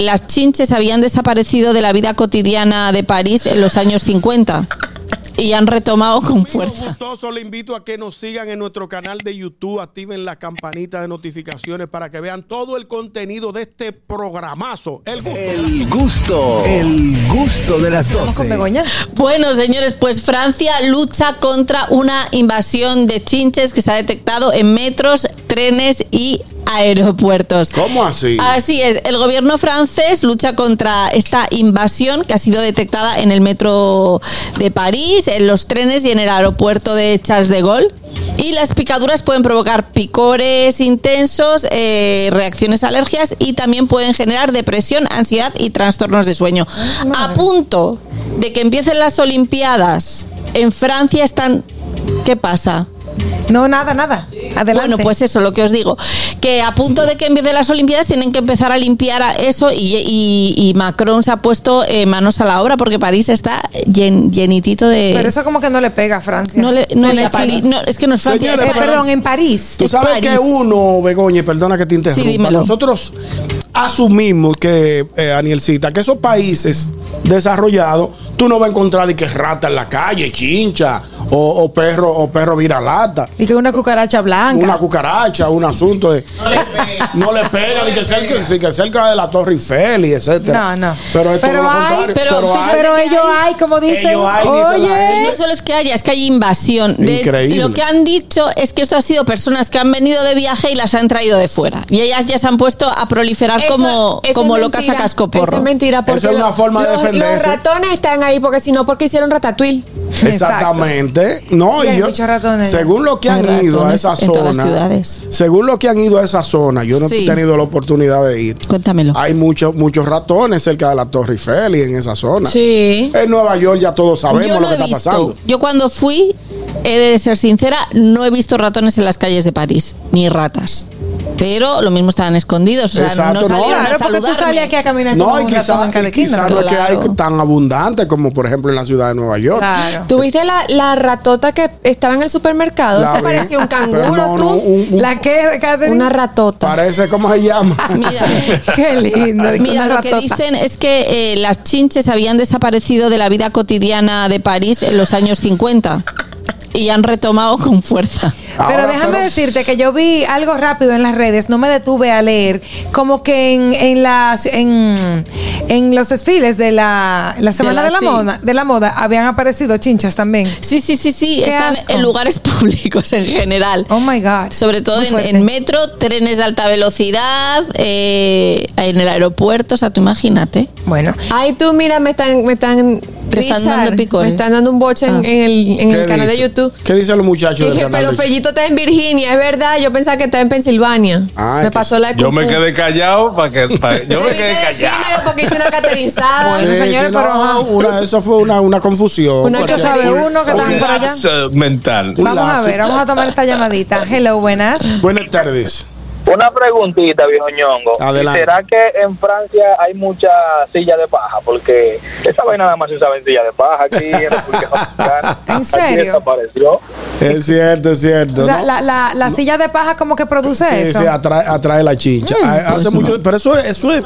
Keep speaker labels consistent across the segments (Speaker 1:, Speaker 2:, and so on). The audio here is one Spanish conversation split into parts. Speaker 1: Las chinches habían desaparecido de la vida cotidiana de París en los años 50 y han retomado con fuerza.
Speaker 2: Gustoso, le invito a que nos sigan en nuestro canal de YouTube, activen la campanita de notificaciones para que vean todo el contenido de este programazo. El gusto.
Speaker 3: El gusto, el gusto de las
Speaker 4: Vamos con
Speaker 3: 12.
Speaker 4: Begoña.
Speaker 1: Bueno, señores, pues Francia lucha contra una invasión de chinches que se ha detectado en metros, trenes y aeropuertos.
Speaker 5: ¿Cómo así?
Speaker 1: Así es, el gobierno francés lucha contra esta invasión que ha sido detectada en el metro de París, en los trenes y en el aeropuerto de Charles de Gaulle. Y las picaduras pueden provocar picores intensos, eh, reacciones alergias y también pueden generar depresión, ansiedad y trastornos de sueño. A punto de que empiecen las Olimpiadas, en Francia están... ¿Qué pasa?
Speaker 4: No, nada, nada. Adelante.
Speaker 1: Bueno, pues eso, lo que os digo. Que a punto de que empiecen las Olimpiadas tienen que empezar a limpiar a eso y, y- y Macron se ha puesto eh, manos a la obra porque París está llen- llenitito de...
Speaker 4: Pero eso como que no le pega a Francia.
Speaker 1: eh, no le, no
Speaker 4: Ni
Speaker 1: le-
Speaker 4: a París.
Speaker 1: París- no, es que no es Francia.
Speaker 4: Eh,
Speaker 2: Señores,
Speaker 1: es París.
Speaker 4: perdón, en París.
Speaker 2: Tú
Speaker 1: Es
Speaker 2: sabes
Speaker 1: París.
Speaker 2: que uno, Begoña, perdona que te interrumpa.
Speaker 1: dímelo.
Speaker 2: Nosotros asumimos que, eh, Anielcita, que esos países desarrollados, tú no vas a encontrar de que rata en la calle, chincha, o, o perro, o perro viralata.
Speaker 4: Y que una cucaracha blanca.
Speaker 2: Una cucaracha, un asunto de. No le pega, ni que cerca, ni que cerca de la Torre Eiffel y etcétera.
Speaker 4: No, no.
Speaker 2: Pero esto
Speaker 4: Pero
Speaker 2: es lo
Speaker 4: hay-
Speaker 2: contrario.
Speaker 1: pero fíjate-
Speaker 4: Pero
Speaker 1: que
Speaker 4: ellos
Speaker 1: hay-
Speaker 4: hay, como dicen.
Speaker 2: Ellos hay, dice la
Speaker 1: Y
Speaker 6: Eh.
Speaker 4: Oye.
Speaker 1: no solo es que haya, es que hay invasión. De-
Speaker 2: Increíble.
Speaker 1: Lo que han dicho es que esto ha sido personas que han venido de viaje y las han traído de fuera. Y ellas ya se han puesto a proliferar
Speaker 6: Eso-
Speaker 1: Ah, como,
Speaker 6: eso
Speaker 1: como
Speaker 6: es
Speaker 1: locas a
Speaker 6: mentira, Eso
Speaker 1: cascoporro.
Speaker 6: es mentira. Porque
Speaker 2: Eso es una
Speaker 6: lo-
Speaker 2: forma de
Speaker 6: los-
Speaker 2: defenderse.
Speaker 6: Los ratones están ahí porque si no, porque hicieron ratatouille.
Speaker 2: Exactamente. No,
Speaker 4: Y
Speaker 2: y
Speaker 4: hay
Speaker 2: yo,
Speaker 4: muchos ratones.
Speaker 2: según lo que
Speaker 1: Hay
Speaker 2: han ido a
Speaker 1: ratones
Speaker 2: esa
Speaker 1: en todas las
Speaker 2: zona,
Speaker 1: ciudades.
Speaker 2: según lo que han ido a esa zona, yo no
Speaker 1: Sí.
Speaker 2: he tenido la oportunidad de ir.
Speaker 1: Cuéntamelo.
Speaker 2: Hay muchos muchos ratones cerca de la Torre Eiffel y en esa zona.
Speaker 1: Sí.
Speaker 2: En Nueva York ya todos sabemos
Speaker 1: Yo
Speaker 2: lo
Speaker 1: no
Speaker 2: que
Speaker 1: he
Speaker 2: está pasando.
Speaker 1: visto. Yo cuando fui, he de ser sincera, no he visto ratones en las calles de París, ni ratas. Pero lo mismo estaban escondidos. O sea,
Speaker 2: Exacto,
Speaker 1: no
Speaker 2: no.
Speaker 1: salían
Speaker 4: Claro,
Speaker 1: a
Speaker 4: porque tú
Speaker 1: saludarme.
Speaker 4: salías aquí a caminar tú
Speaker 2: No,
Speaker 4: con
Speaker 2: y
Speaker 4: un ratón
Speaker 2: quizás
Speaker 4: en cada esquina.
Speaker 2: quizá no es que hay
Speaker 1: Claro.
Speaker 2: tan abundante como por ejemplo en la ciudad de Nueva York.
Speaker 4: Claro.
Speaker 6: ¿Tuviste la, la ratota que estaba en el supermercado?
Speaker 2: La
Speaker 6: Eso
Speaker 2: vi,
Speaker 6: parecía un
Speaker 2: pero
Speaker 6: canguro,
Speaker 2: no,
Speaker 6: tú.
Speaker 2: no, un- un-
Speaker 4: La que Catherine?
Speaker 6: Una ratota.
Speaker 2: Parece, ¿cómo se llama?
Speaker 1: Mira.
Speaker 4: Qué lindo.
Speaker 1: Mira,
Speaker 4: una
Speaker 1: lo que
Speaker 4: ratota.
Speaker 1: dicen es que eh, las chinches habían desaparecido de la vida cotidiana de París en los años 50 y han retomado con fuerza.
Speaker 2: Ahora,
Speaker 4: pero déjame
Speaker 2: pero-
Speaker 4: decirte que yo vi algo rápido en las redes, no me detuve a leer, como que en, en las en, en los desfiles de la, la semana
Speaker 1: la-
Speaker 4: de la,
Speaker 1: sí.
Speaker 4: moda, de la moda habían aparecido chinchas también.
Speaker 1: Sí, sí, sí, sí,
Speaker 4: Qué
Speaker 1: están
Speaker 4: asco.
Speaker 1: en lugares públicos en general.
Speaker 4: Oh my god.
Speaker 1: Sobre todo
Speaker 4: Muy
Speaker 1: en,
Speaker 4: fuerte.
Speaker 1: en metro, trenes de alta velocidad, eh, en el aeropuerto, o sea, tú imagínate.
Speaker 4: Bueno,
Speaker 6: Ay, tú, mira, me están, me están,
Speaker 1: Te están
Speaker 6: Richard,
Speaker 1: dando picores.
Speaker 6: Me están dando un boche en,
Speaker 1: Ah.
Speaker 6: en el, en
Speaker 2: ¿Qué
Speaker 6: el canal de
Speaker 2: dice?
Speaker 6: YouTube.
Speaker 2: ¿Qué dicen los muchachos del
Speaker 6: Dije,
Speaker 2: canal
Speaker 6: pero
Speaker 2: de
Speaker 6: Fellito está en Virginia, es verdad. Yo pensaba que estaba en Pensilvania.
Speaker 2: Ay, que-
Speaker 6: me pasó la de
Speaker 7: Yo
Speaker 6: Kung
Speaker 7: me
Speaker 6: Fu.
Speaker 7: quedé callado para que. pa- yo me
Speaker 6: Debí
Speaker 7: quedé
Speaker 6: de decírmelo
Speaker 7: callado.
Speaker 6: porque hice una caterinzada.
Speaker 2: Sí, sí,
Speaker 4: señores,
Speaker 2: no,
Speaker 4: pero-
Speaker 2: una- eso fue una, una confusión.
Speaker 6: Una
Speaker 2: Porque-
Speaker 4: yo sabe uno que están
Speaker 7: Un
Speaker 4: por allá.
Speaker 7: lapso mental.
Speaker 2: un
Speaker 4: Vamos a
Speaker 2: lazo.
Speaker 4: ver, vamos a tomar esta llamadita. Hello, buenas.
Speaker 2: Buenas tardes.
Speaker 8: Una preguntita, viejo ñongo.
Speaker 2: Adelante.
Speaker 8: ¿Será que en Francia hay muchas sillas de paja? Porque esa vaina nada más se usaba en silla de paja aquí en República Dominicana.
Speaker 4: ¿En
Speaker 8: Aquí
Speaker 4: serio?
Speaker 8: desapareció.
Speaker 2: Es cierto, es cierto.
Speaker 4: O sea,
Speaker 2: ¿no?
Speaker 4: la, la, la silla de paja como que produce
Speaker 2: Sí,
Speaker 4: eso.
Speaker 2: sí, atrae, atrae la chincha. Ah, Hace mucho, pero eso es, eso es,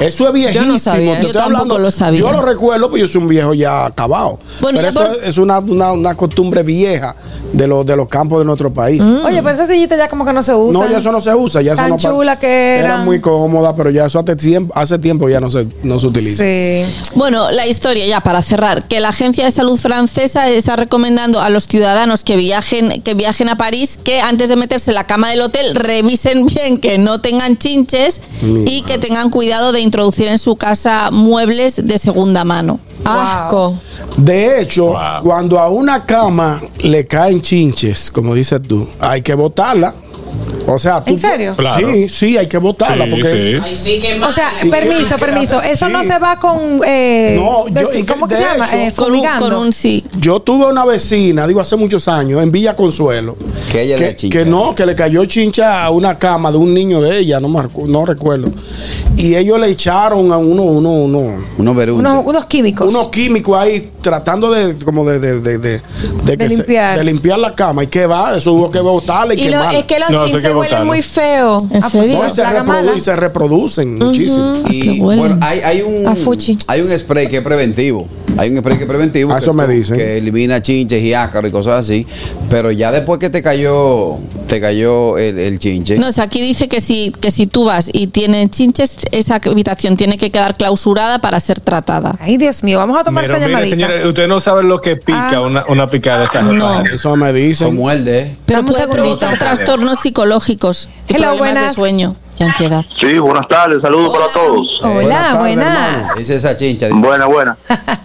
Speaker 2: eso es viejísimo.
Speaker 1: Yo no sabía,
Speaker 2: Te
Speaker 1: yo
Speaker 2: estoy
Speaker 1: tampoco lo sabía.
Speaker 2: Yo lo recuerdo, pues yo soy un viejo ya acabado.
Speaker 1: Bueno,
Speaker 2: pero
Speaker 1: ya
Speaker 2: eso
Speaker 1: por-
Speaker 2: es una, una, una costumbre vieja de, los de los campos de nuestro país.
Speaker 4: Oye, pero esa sillita ya como que no se usa.
Speaker 2: No, ya eso no se usa. Ya eso
Speaker 4: Tan
Speaker 2: no pa-
Speaker 4: chula que
Speaker 2: Era
Speaker 4: eran.
Speaker 2: muy cómoda, pero ya eso hace tiempo, hace tiempo ya no se, no se utiliza.
Speaker 4: Sí.
Speaker 1: Bueno, la historia ya para cerrar, que la agencia de salud francesa está recomendando a los ciudadanos que viajen que viajen a París que antes de meterse en la cama del hotel revisen bien que no tengan chinches
Speaker 2: Ni
Speaker 1: y que tengan cuidado de introducir en su casa muebles de segunda mano.
Speaker 6: Asco.
Speaker 2: De hecho,
Speaker 7: Wow.
Speaker 2: cuando a una cama le caen chinches, como dices tú, hay que botarla. O sea, tú-
Speaker 4: ¿En serio?
Speaker 7: Claro.
Speaker 2: Sí, sí, hay que botarla
Speaker 7: Sí,
Speaker 2: porque
Speaker 7: sí.
Speaker 4: O sea,
Speaker 2: Y
Speaker 4: permiso,
Speaker 2: que-
Speaker 4: permiso. Eso no
Speaker 2: Sí.
Speaker 4: se va con. Eh,
Speaker 2: No, yo-
Speaker 4: deci-
Speaker 2: y que-
Speaker 4: ¿Cómo que
Speaker 2: de
Speaker 4: se llama?
Speaker 2: hecho,
Speaker 4: Eh,
Speaker 1: Con un,
Speaker 4: fumigando.
Speaker 1: con un sí.
Speaker 2: Yo tuve una vecina, digo hace muchos años, en Villa Consuelo.
Speaker 3: Que ella le chincha.
Speaker 2: que no, que le cayó chincha a una cama de un niño de ella, no, me recu- no recuerdo. Y ellos le echaron a uno, uno, uno,
Speaker 3: Uno verú.
Speaker 4: unos, unos químicos.
Speaker 2: unos químicos ahí tratando de como de, de, de, de, de
Speaker 4: limpiar.
Speaker 2: de limpiar la cama. Y que va, eso hubo que botarle y,
Speaker 6: Y lo-
Speaker 2: quemarla.
Speaker 6: es que los
Speaker 7: No, eso hay
Speaker 6: chinches
Speaker 7: que
Speaker 6: huele
Speaker 2: botarlo.
Speaker 6: muy feo.
Speaker 1: ¿En
Speaker 4: pues
Speaker 1: serio?
Speaker 2: No, y se,
Speaker 4: Plaga
Speaker 2: reprodu-
Speaker 4: mala.
Speaker 2: y se reproducen muchísimo.
Speaker 1: Ah,
Speaker 3: Y
Speaker 1: que huelen.
Speaker 3: bueno, hay, hay un
Speaker 6: A fuchi.
Speaker 3: hay un spray que es preventivo. Hay un spray que es preventivo.
Speaker 2: Ah,
Speaker 3: que
Speaker 2: eso me
Speaker 3: tú-
Speaker 2: dicen.
Speaker 3: Que elimina chinches y ácaros y cosas así. Pero ya después que te cayó, te cayó el, el chinche.
Speaker 1: No, o sea, aquí dice que si, que si tú vas y tiene chinches, esa habitación tiene que quedar clausurada para ser tratada.
Speaker 4: Ay, Dios mío, vamos a tomar
Speaker 7: Pero
Speaker 4: esta
Speaker 7: mire,
Speaker 4: llamadita.
Speaker 2: Eh,
Speaker 7: señores, usted no sabe lo que pica
Speaker 4: Ah.
Speaker 7: una, una picada de esa
Speaker 1: No.
Speaker 7: ropa.
Speaker 2: Eso me
Speaker 3: Eso
Speaker 2: dicen.
Speaker 3: muerde. ¿eh?
Speaker 1: Pero
Speaker 4: Dame un
Speaker 1: puede
Speaker 4: segundito.
Speaker 1: provocar trastornos psicológicos y
Speaker 4: Hello,
Speaker 1: problemas
Speaker 4: buenas.
Speaker 1: de sueño y ansiedad.
Speaker 5: Sí, buenas tardes, saludos para todos.
Speaker 3: Eh,
Speaker 4: Hola,
Speaker 3: buenas tardes,
Speaker 4: buenas.
Speaker 3: hermano. Dice esa chincha. dice,
Speaker 5: Buena, buena.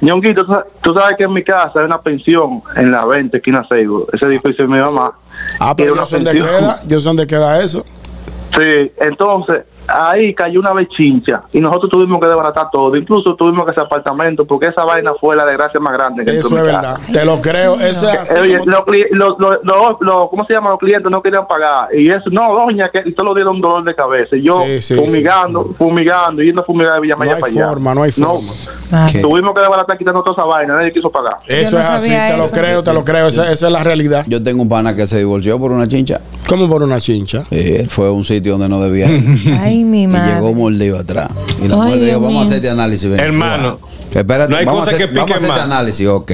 Speaker 5: Ñonguito, tú sa- tú sabes que en mi casa hay una pensión en la 20, esquina Seibo. Ese edificio es mi mamá.
Speaker 2: Ah,
Speaker 5: Tiene
Speaker 2: pero yo sé dónde queda, yo sé dónde queda eso.
Speaker 5: Sí, entonces ahí cayó una bechincha y nosotros tuvimos que desbaratar todo. Incluso tuvimos que ese apartamento porque esa vaina fue la desgracia más grande que
Speaker 2: Eso es
Speaker 5: entró en mi casa.
Speaker 2: verdad. Te lo creo. Eso es así.
Speaker 5: Eh, Oye,
Speaker 2: como-
Speaker 5: los, cli- los- los- los- los- ¿cómo se llama? Los clientes no querían pagar. Y eso, no, doña, que y todo lo dieron un dolor de cabeza. Y yo
Speaker 2: Sí, sí,
Speaker 5: fumigando, fumigando, yendo a fumigar de Villamella
Speaker 2: No hay
Speaker 5: para allá.
Speaker 2: forma, no hay forma.
Speaker 4: Ah,
Speaker 3: ¿Qué?
Speaker 5: Tuvimos que desbaratar quitando toda esa vaina, nadie quiso pagar.
Speaker 2: Eso
Speaker 4: no
Speaker 2: es así.
Speaker 4: sabía
Speaker 2: Te lo
Speaker 4: eso.
Speaker 2: creo, te lo creo. Esa, esa es la realidad.
Speaker 3: Yo tengo un pana que se divorció por una chincha.
Speaker 2: ¿Cómo por una chincha?
Speaker 3: Eh, fue a un sitio donde no debía ir.
Speaker 2: Eh,
Speaker 4: Ay, mi
Speaker 3: y
Speaker 4: madre.
Speaker 3: llegó mordido atrás. Y la
Speaker 1: Ay,
Speaker 3: mujer dijo,
Speaker 1: Dios
Speaker 3: vamos a
Speaker 1: mío.
Speaker 3: hacerte análisis. ven".
Speaker 7: Hermano,
Speaker 3: Espérate,
Speaker 7: no hay
Speaker 3: vamos,
Speaker 7: cosa
Speaker 3: a hacer,
Speaker 7: que pique
Speaker 3: vamos a hacerte
Speaker 7: más.
Speaker 3: análisis, ok.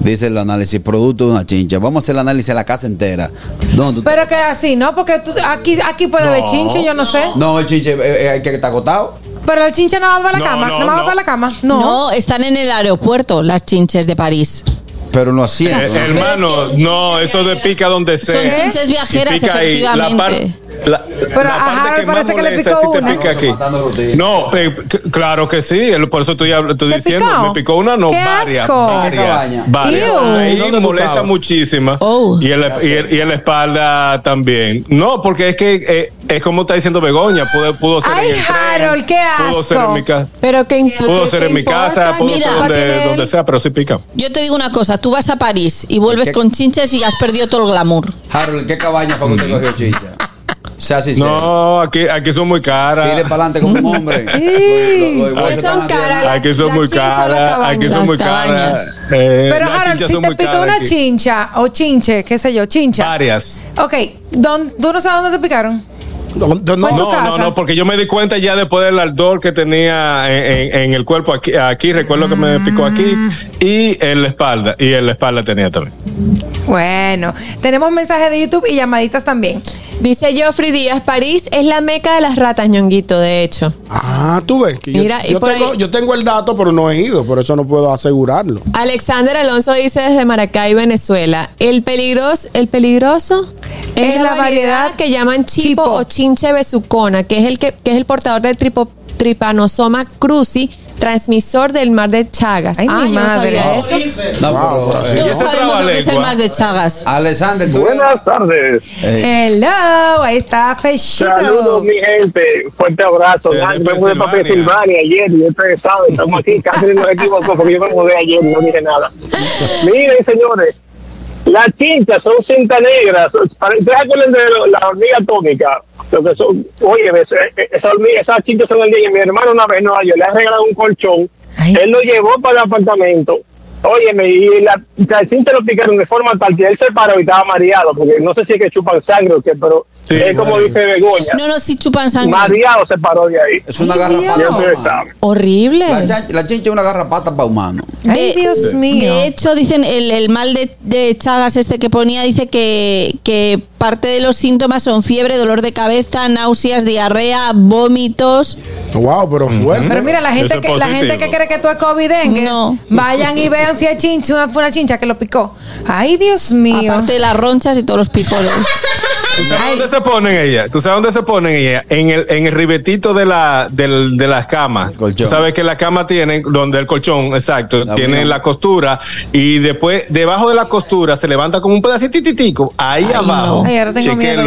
Speaker 3: Dice el análisis, producto de una chincha. Vamos a hacer el análisis a la casa entera. No, tú-
Speaker 4: Pero que así, ¿no? Porque tú- aquí, aquí puede haber chinche, yo no sé.
Speaker 3: no el chinche, eh, eh, hay que estar acotado.
Speaker 4: Pero el chinche no va para la
Speaker 7: No,
Speaker 4: cama. No,
Speaker 7: no,
Speaker 4: va
Speaker 7: no.
Speaker 4: para la cama.
Speaker 1: No.
Speaker 4: No.
Speaker 1: están en el aeropuerto las chinches de París.
Speaker 3: Pero no así.
Speaker 7: eh, hermano, no, eso de pica donde sea.
Speaker 1: Son chinches viajeras,
Speaker 7: Y pica ahí. La par-
Speaker 1: efectivamente.
Speaker 7: la-
Speaker 4: Pero
Speaker 7: la
Speaker 4: a
Speaker 7: parte
Speaker 4: Harold
Speaker 7: más
Speaker 4: parece que le
Speaker 7: molesta
Speaker 4: picó
Speaker 7: sí te
Speaker 4: una.
Speaker 7: pica aquí.
Speaker 3: Matando rutina.
Speaker 7: No, pe- c- claro que sí, el- por eso estoy, habl- estoy
Speaker 4: ¿Te
Speaker 7: diciendo,
Speaker 4: picó?
Speaker 7: me picó una, no,
Speaker 4: ¡Qué
Speaker 7: varias,
Speaker 4: asco!
Speaker 3: Cabaña.
Speaker 7: varias, varias.
Speaker 4: Ew.
Speaker 7: Ahí
Speaker 2: ¿Dónde tú
Speaker 7: molesta
Speaker 2: estabas?
Speaker 7: muchísima
Speaker 1: Oh.
Speaker 7: y, el, y, el- y la espalda también. No, porque es que eh, es como está diciendo Begoña, pudo, pudo ser
Speaker 4: Ay,
Speaker 7: en el tren,
Speaker 4: Harold, qué
Speaker 7: pudo ser
Speaker 4: asco.
Speaker 7: en mi casa,
Speaker 6: Pero que
Speaker 7: pudo ser en mi casa, pudo
Speaker 1: Mira,
Speaker 7: ser
Speaker 4: Patinel.
Speaker 7: donde, donde sea, pero sí pica.
Speaker 1: Yo te digo una cosa, tú vas a París y vuelves
Speaker 3: ¿Qué?
Speaker 1: con chinches y has perdido todo el glamour.
Speaker 3: Harold, ¿qué cabaña fue que usted cogió chincha? Sea sincero.
Speaker 7: Mm. No, aquí, aquí son muy caras.
Speaker 3: Tire para adelante como un hombre. Los- los- los
Speaker 6: Que
Speaker 3: divorcios
Speaker 6: son
Speaker 3: están haciendo-
Speaker 6: caras.
Speaker 7: Aquí son
Speaker 6: La
Speaker 7: muy
Speaker 6: chincha o la
Speaker 7: caras.
Speaker 6: cabaña.
Speaker 7: Aquí son
Speaker 1: Las
Speaker 7: muy
Speaker 1: cabañas.
Speaker 7: caras. Eh,
Speaker 4: Pero
Speaker 7: las
Speaker 4: Harold,
Speaker 7: chinchas
Speaker 4: si
Speaker 7: son
Speaker 4: te
Speaker 7: muy
Speaker 4: pica
Speaker 7: caras
Speaker 4: una
Speaker 7: aquí.
Speaker 4: chincha o chinche, qué sé yo, chincha.
Speaker 7: Varias.
Speaker 4: Ok, ¿dón- ¿tú no sabes dónde te picaron?
Speaker 6: Pues
Speaker 2: ¿Dónde-
Speaker 4: Fue en
Speaker 2: no?
Speaker 4: tu
Speaker 7: No,
Speaker 4: casa.
Speaker 7: no, no, porque yo me di cuenta ya después del ardor que tenía en, en- en el cuerpo aquí, aquí, recuerdo que me picó aquí
Speaker 4: Mm.
Speaker 7: y en la espalda, y en la espalda tenía también.
Speaker 4: Bueno, tenemos mensajes de YouTube y llamaditas también.
Speaker 6: Dice Geoffrey Díaz, París es la meca de las ratas, ñonguito, de hecho.
Speaker 2: Ah, tú ves que yo-
Speaker 6: Mira,
Speaker 2: yo,
Speaker 6: y por
Speaker 2: tengo,
Speaker 6: ahí-
Speaker 2: yo tengo el dato, pero no he ido, por eso no puedo asegurarlo.
Speaker 6: Alexander Alonso dice desde Maracay, Venezuela, el peligroso, el peligroso es, la, variedad, que llaman chipo,
Speaker 4: chipo.
Speaker 6: o chinche besucona, que es el que, que es el portador del tripo- tripanosoma cruzi, transmisor del mar de Chagas. Ah,
Speaker 4: Ay, mi
Speaker 6: yo no
Speaker 4: madre.
Speaker 6: sabía eso.
Speaker 3: No, pero,
Speaker 2: Wow,
Speaker 3: eh,
Speaker 7: Y
Speaker 1: Todos
Speaker 7: ese
Speaker 1: sabemos lo que es el
Speaker 7: trabalengua.
Speaker 1: más de Chagas.
Speaker 3: Alexander, tú.
Speaker 5: tardes,
Speaker 3: Eh,
Speaker 4: Hello, ahí está Fechito.
Speaker 5: gente, fuerte abrazo.
Speaker 7: Desde
Speaker 5: Dani, vengo de
Speaker 7: Pensilvania.
Speaker 5: Pensilvania ayer, y ustedes saben, estamos aquí, casi no me equivoco porque yo me mudé ayer, no dije nada. Miren, señores, las cintas son cintas negras, parece de lo- la hormiga atómica. Lo que son, oye, ves, eh, eh, esa hormiga- esas cintas son el día. Mi hermano una vez en Nueva York le ha regalado un colchón,
Speaker 4: Ay.
Speaker 5: él lo llevó para el apartamento. Óyeme, y la, la cinta lo picaron de forma tal que él se paró y estaba mareado, porque no sé si es que chupan sangre o qué, pero
Speaker 7: Sí,
Speaker 5: es como
Speaker 7: sí.
Speaker 5: dice Begoña.
Speaker 1: No, no, si chupan sangre.
Speaker 5: Mareado se paró de ahí.
Speaker 3: es una
Speaker 4: Ay,
Speaker 3: garrapata.
Speaker 4: Dios.
Speaker 5: Ya
Speaker 3: pa'
Speaker 5: ustedes
Speaker 3: humano.
Speaker 5: saben.
Speaker 6: Horrible.
Speaker 3: La, chan- la chincha es una garrapata para humano.
Speaker 4: Ay, Dios mío.
Speaker 1: De hecho, dicen, el, el mal de, de Chagas este que ponía, dice que, que parte de los síntomas son fiebre, dolor de cabeza, náuseas, diarrea, vómitos.
Speaker 2: Wow, pero fuerte.
Speaker 4: Pero mira, la gente,
Speaker 7: Eso es
Speaker 4: que, la
Speaker 7: positivo.
Speaker 4: gente que cree que tú es COVID, dengue,
Speaker 1: No.
Speaker 4: vayan y vean si hay chincha, una, fue una chincha que lo picó. Ay, Dios mío.
Speaker 1: Aparte de las ronchas y todos los picones.
Speaker 7: ¿Tú sabes dónde se ponen ellas? ¿Tú sabes dónde se ponen ellas? En el, en el ribetito de, la, del- de las camas.
Speaker 3: colchón.
Speaker 7: Tú sabes que la cama tienen, donde el colchón, exacto,
Speaker 3: La
Speaker 7: tienen
Speaker 3: unión.
Speaker 7: la costura y después, debajo de la costura, se levanta como un pedacito titico, ahí abajo.
Speaker 4: Ay, ahora tengo miedo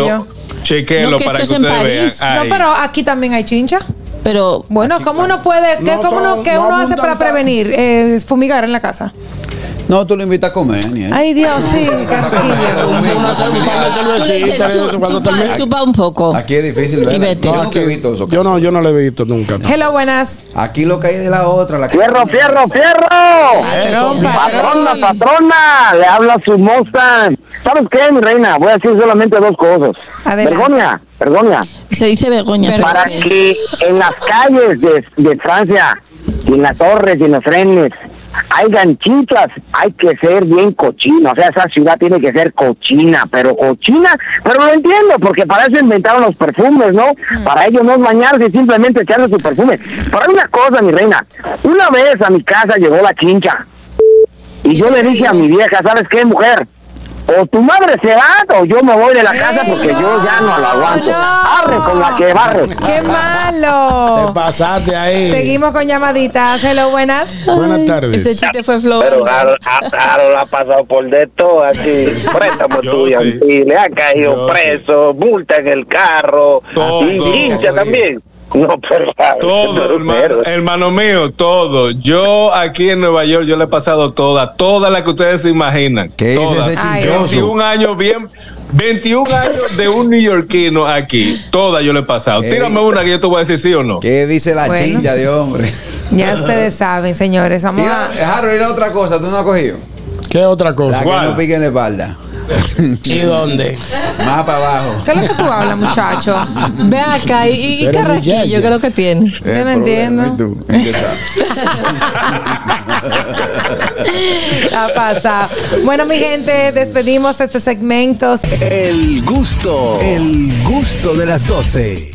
Speaker 7: Chequenlo, chequenlo
Speaker 1: No, que
Speaker 7: para que
Speaker 1: esto
Speaker 7: ustedes
Speaker 1: es en París.
Speaker 7: vean.
Speaker 4: no,
Speaker 7: Ahí.
Speaker 4: pero aquí también hay chincha.
Speaker 1: Pero
Speaker 4: Bueno, ¿cómo uno puede, qué,
Speaker 2: No
Speaker 4: cómo uno,
Speaker 2: son-
Speaker 4: qué
Speaker 2: no
Speaker 4: uno hace
Speaker 2: abundan
Speaker 4: para
Speaker 2: tan-
Speaker 4: prevenir? Eh, fumigar en la casa.
Speaker 3: No, tú lo invitas a comer, Aniel.
Speaker 4: Ay, Dios, sí, Carrasquillo.
Speaker 2: Una cerveza,
Speaker 1: Tú le dices,
Speaker 2: cervecita,
Speaker 1: "Chu-
Speaker 2: cuando
Speaker 1: chupa,
Speaker 2: termine".
Speaker 1: chupa un poco.
Speaker 3: Aquí es difícil,
Speaker 1: Y
Speaker 3: ¿verdad?
Speaker 1: vete.
Speaker 3: Yo
Speaker 2: No,
Speaker 3: nunca he visto eso.
Speaker 2: Yo no, yo no lo he visto nunca. no.
Speaker 4: Hello, buenas.
Speaker 3: Aquí lo que hay de la otra. La que-
Speaker 5: ¡Fierro, fierro, fierro!
Speaker 4: Patrón,
Speaker 5: Patrona,
Speaker 4: patrón.
Speaker 5: patrona, le habla su Mustang. ¿Sabes qué, mi reina? Voy a decir solamente dos cosas.
Speaker 4: Adelante.
Speaker 5: Vergonia, vergonia.
Speaker 1: Se dice Begoña. pero
Speaker 5: para
Speaker 1: ¿qué?
Speaker 5: que en las calles de, de Francia, y en las torres y en los trenes, hay ganchitas, hay que ser bien cochina. O sea, esa ciudad tiene que ser cochina, pero cochina, pero lo entiendo, porque para eso inventaron los perfumes, ¿no? Para ellos no bañarse y simplemente echarse su perfume. Pero hay una cosa, mi reina, una vez a mi casa llegó la chincha. Y yo le dije a mi vieja, ¿sabes qué, mujer? O tu madre se va o yo me voy de la casa porque yo ya no la aguanto.
Speaker 4: no.
Speaker 5: Arre con la que barre.
Speaker 4: ¡Qué
Speaker 2: Te
Speaker 4: malo!
Speaker 2: pasaste ahí.
Speaker 4: Seguimos con llamaditas. Hello, buenas.
Speaker 2: Buenas
Speaker 6: Ese
Speaker 2: tardes.
Speaker 6: chiste fue flow.
Speaker 8: Pero Harold, a- Harold ha pasado por de todo aquí. Préstamo
Speaker 7: Yo
Speaker 8: tuyo.
Speaker 7: sí.
Speaker 8: Y le ha caído
Speaker 7: Yo
Speaker 8: preso, multa en el carro.
Speaker 7: Todo.
Speaker 8: Y hincha
Speaker 3: Todo.
Speaker 8: también. No, pero Harold,
Speaker 7: Todo,
Speaker 8: pero,
Speaker 7: hermano,
Speaker 8: pero,
Speaker 7: hermano mío, todo. Yo aquí en Nueva York, yo le he pasado toda, toda la que ustedes se imaginan.
Speaker 3: ¿Qué dice
Speaker 7: toda.
Speaker 3: ese
Speaker 4: Ay,
Speaker 3: chinchoso?
Speaker 7: 21 años bien, 21 años de un neoyorquino aquí. Toda yo le he pasado.
Speaker 3: Ey.
Speaker 7: Tírame una que yo te voy a decir sí o no.
Speaker 3: ¿Qué dice la
Speaker 4: Bueno.
Speaker 3: chincha de hombre?
Speaker 4: Ya ustedes saben, señores. Vamos
Speaker 3: Mira,
Speaker 4: a...
Speaker 3: Harold, y la otra cosa, ¿tú no has cogido?
Speaker 2: ¿Qué otra
Speaker 3: La
Speaker 2: cosa?
Speaker 3: que
Speaker 7: ¿Cuál?
Speaker 3: no pique en la espalda.
Speaker 2: ¿Y dónde?
Speaker 3: Más para abajo.
Speaker 4: ¿Qué es lo que tú hablas, muchacho?
Speaker 6: Ve acá, y, y
Speaker 2: Pero
Speaker 6: Carraquillo,
Speaker 2: muchacho.
Speaker 6: ¿qué es lo que tiene?
Speaker 3: Es el
Speaker 4: no
Speaker 3: Eh, problema,
Speaker 4: entiendo.
Speaker 3: ¿y tú? ¿En qué estás?
Speaker 4: Ha pasado. Bueno, mi gente, despedimos este segmento.
Speaker 9: El gusto, el gusto de las 12.